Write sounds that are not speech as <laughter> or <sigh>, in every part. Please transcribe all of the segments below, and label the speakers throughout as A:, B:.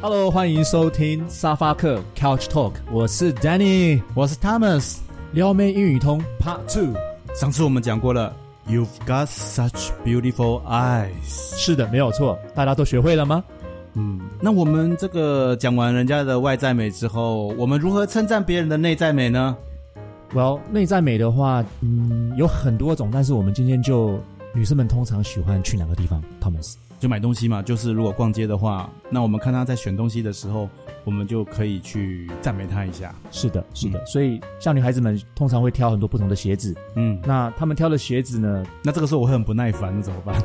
A: Hello，欢迎收听沙发客 Couch Talk，我是 Danny，
B: 我是 Thomas。
A: 撩妹英语通 Part Two。
B: 上次我们讲过了，You've got such beautiful eyes。
A: 是的，没有错，大家都学会了吗？
B: 嗯，那我们这个讲完人家的外在美之后，我们如何称赞别人的内在美呢？
A: Well，内在美的话，嗯，有很多种，但是我们今天就女生们通常喜欢去哪个地方？Thomas，
B: 就买东西嘛，就是如果逛街的话，那我们看他在选东西的时候，我们就可以去赞美他一下。
A: 是的，是的，所以像女孩子们通常会挑很多不同的鞋子，
B: 嗯，
A: 那她们挑的鞋子呢，
B: 那这个时候我会很不耐烦，那怎么办？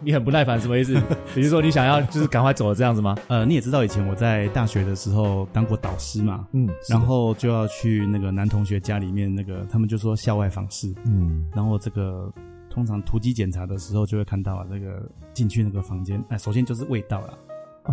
A: 你很不耐烦，什么
B: <laughs>
A: 意思？也就是说你想要就是赶快走了这样子吗？
B: 呃，你也知道以前我在大学的时候当过导师嘛，
A: 嗯，
B: 然后就要去那个男同学家里面，那个他们就说校外访视，
A: 嗯，
B: 然后这个通常突击检查的时候就会看到啊，这个进去那个房间，哎、首先就是味道啦，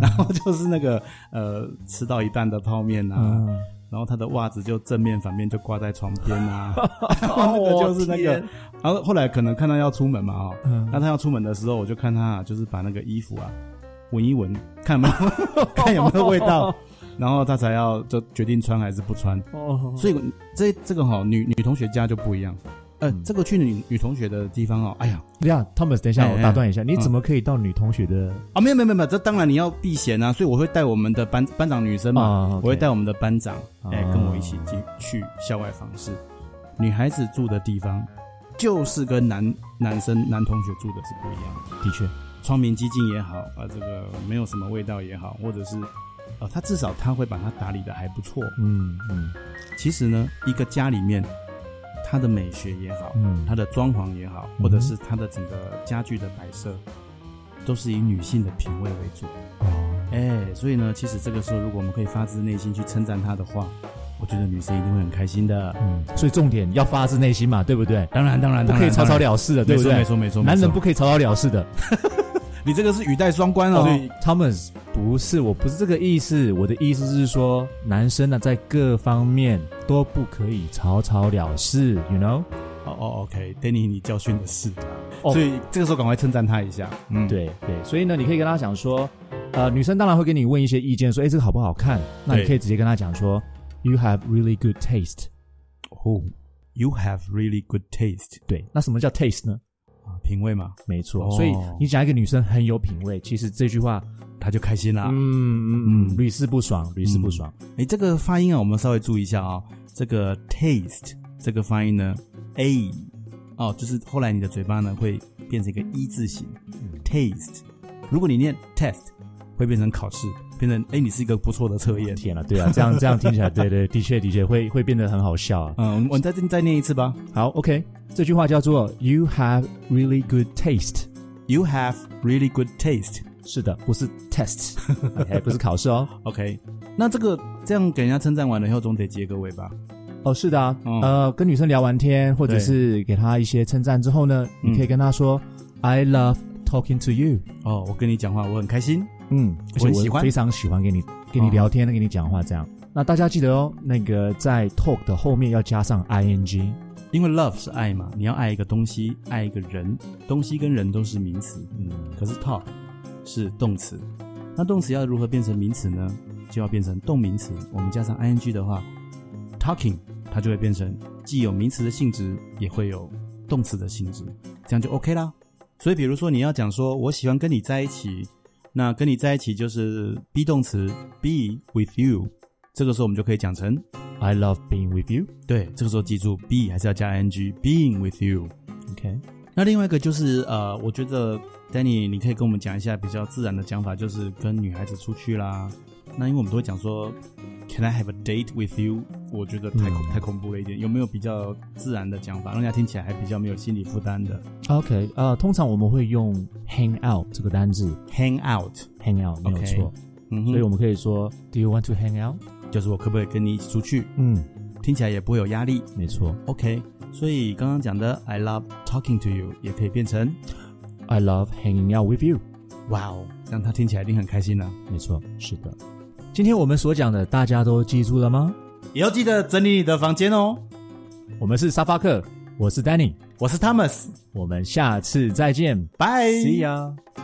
B: 然后就是那个呃吃到一半的泡面啊，
A: 嗯
B: 然后他的袜子就正面反面就挂在床边啊， <laughs> 然后 <laughs> 那个就是那个，
A: 哦
B: 然后后来可能看他要出门嘛哦，
A: 嗯
B: 那他要出门的时候，我就看他啊就是把那个衣服啊闻一闻，看有没有 <laughs> 看有没有
A: <laughs>
B: 味道，然后他才要就决定穿还是不穿。
A: 哦，
B: 所以这这个哈、哦女女同学家就不一样。呃，这个去女女同学的地方哦，哎呀
A: 这样，Thomas，等一下
B: 哎哎
A: 我打断一下，你
B: 嗯
A: 怎么可以到女同学的
B: 啊，没有没有没有没有，这当然你要避嫌啊，所以我会带我们的班班长女生嘛，
A: 啊
B: 嗯我会
A: ，OK
B: 带我们的班长，哎、
A: 啊
B: 跟我一起进去校外访视。女孩子住的地方，就是跟男男生男同学住的是不一样的，
A: 的确，
B: 窗明几净也好，啊，这个没有什么味道也好，或者是。呃，他至少他会把它打理的还不错。
A: 嗯嗯
B: 其实呢，一个家里面，它的美学也好，
A: 嗯，
B: 它的装潢也好，
A: 哼
B: 或者是它的整个家具的摆设，都是以女性的品味为主。
A: 哦，
B: 哎，所以呢，其实这个时候如果我们可以发自内心去称赞她的话，我觉得女生一定会很开心的。
A: 嗯，所以重点要发自内心嘛，对不对？
B: 当然，当然，
A: 不可以草
B: 当
A: 草，
B: 然
A: 了事的，
B: 当然没
A: 对不
B: 错，没
A: 对？
B: 错，没错。
A: 男人
B: 没
A: 不
B: 错，
A: 可以草草了事的，
B: 你这个是语带双关哦
A: 所。以 Thomas 不是，我不是这个意思，我的意思是说，男生呢在各方面都不可以草草了事，you know？
B: 哦哦，OK，Danny，你教训的是，
A: 哦
B: 所以这个时候赶快称赞她一下。嗯，，
A: 对对，所以呢，你可以跟他讲说，呃，女生当然会跟你问一些意见，说，哎，这个好不好看？那你
B: 对
A: 可以直接跟他讲说，You have really good taste。
B: 哦，You have really good taste，
A: 对，那什么叫 taste 呢？
B: 啊品味嘛，
A: 没错，
B: 哦
A: 所以你讲一个女生很有品味，其实这句话，
B: 她就开心啦。
A: 嗯嗯嗯，屡试不爽，屡试不爽。
B: 哎，这个发音啊，我们稍微注意一下啊、这个 taste 这个发音呢，a 哦，就是后来你的嘴巴呢会变成一个一字形、taste。如果你念 test，会变成考试，变成哎，你是一个不错的测验。
A: 天了，对啊，
B: <laughs>
A: 这样这样听起来，对对，的确的确会会变得很好笑啊。
B: 嗯，我们再再念一次吧。
A: 好，OK，这句话叫做 “You have really good taste”。
B: You have really good taste。
A: 是的，不是 test，OK，不是
B: <laughs>
A: 考试哦。
B: OK，那这个这样给人家称赞完了以后，总得结个尾吧？
A: 哦，是的啊，
B: 嗯
A: 呃，跟女生聊完天，或者
B: 对
A: 是给她一些称赞之后呢，
B: 嗯
A: 你可以跟她说、i love talking to you”。
B: 哦，我跟你讲话，我很开心。
A: 嗯，
B: 我很喜欢
A: 非常喜欢跟你跟你
B: 哦
A: 聊天，跟你讲话这样。那大家记得哦，那个在 talk 的后面要加上 ing。
B: 因为 love 是爱嘛，你要爱一个东西，爱一个人，东西跟人都是名词。
A: 嗯，
B: 可是 talk 是动词，那动词要如何变成名词呢？就要变成动名词。我们加上 ing 的话，talking 它就会变成既有名词的性质，也会有动词的性质，这样就 OK 啦。所以比如说你要讲说我喜欢跟你在一起，那跟你在一起就是 be 动词 be with you，这个时候我们就可以讲成
A: I love being with you。
B: 对，这个时候记住 be 还是要加 ing being with you。
A: OK，
B: 那另外一个就是呃，我觉得 Danny，你可以跟我们讲一下比较自然的讲法，就是跟女孩子出去啦。那因为我们都会讲说，Can I have a date with you？我觉得太恐、
A: 嗯
B: 太恐怖了一点。有没有比较自然的讲法，让人家听起来还比较没有心理负担的
A: OK，呃，通常我们会用 hang out 这个单字
B: ？Hang out，
A: ，hang out 没有
B: OK
A: 错
B: 嗯
A: 所以
B: 哼，
A: 我们可以说 Do you want to hang out？
B: 就是我可不可以跟你一起出去？
A: 嗯，
B: 听起来也不会有压力。
A: 没错
B: OK，所以刚刚讲的 I love talking to you 也可以变成
A: ，I love hanging out with you。
B: 哇哦，这样他听起来一定很开心啊了、
A: 没错，是的。今天我们所讲的，大家都记住了吗？
B: 也要记得整理你的房间哦。
A: 我们是沙发客，我是 Danny，
B: 我是 Thomas，
A: 我们下次再见
B: 拜。
A: ，See ya。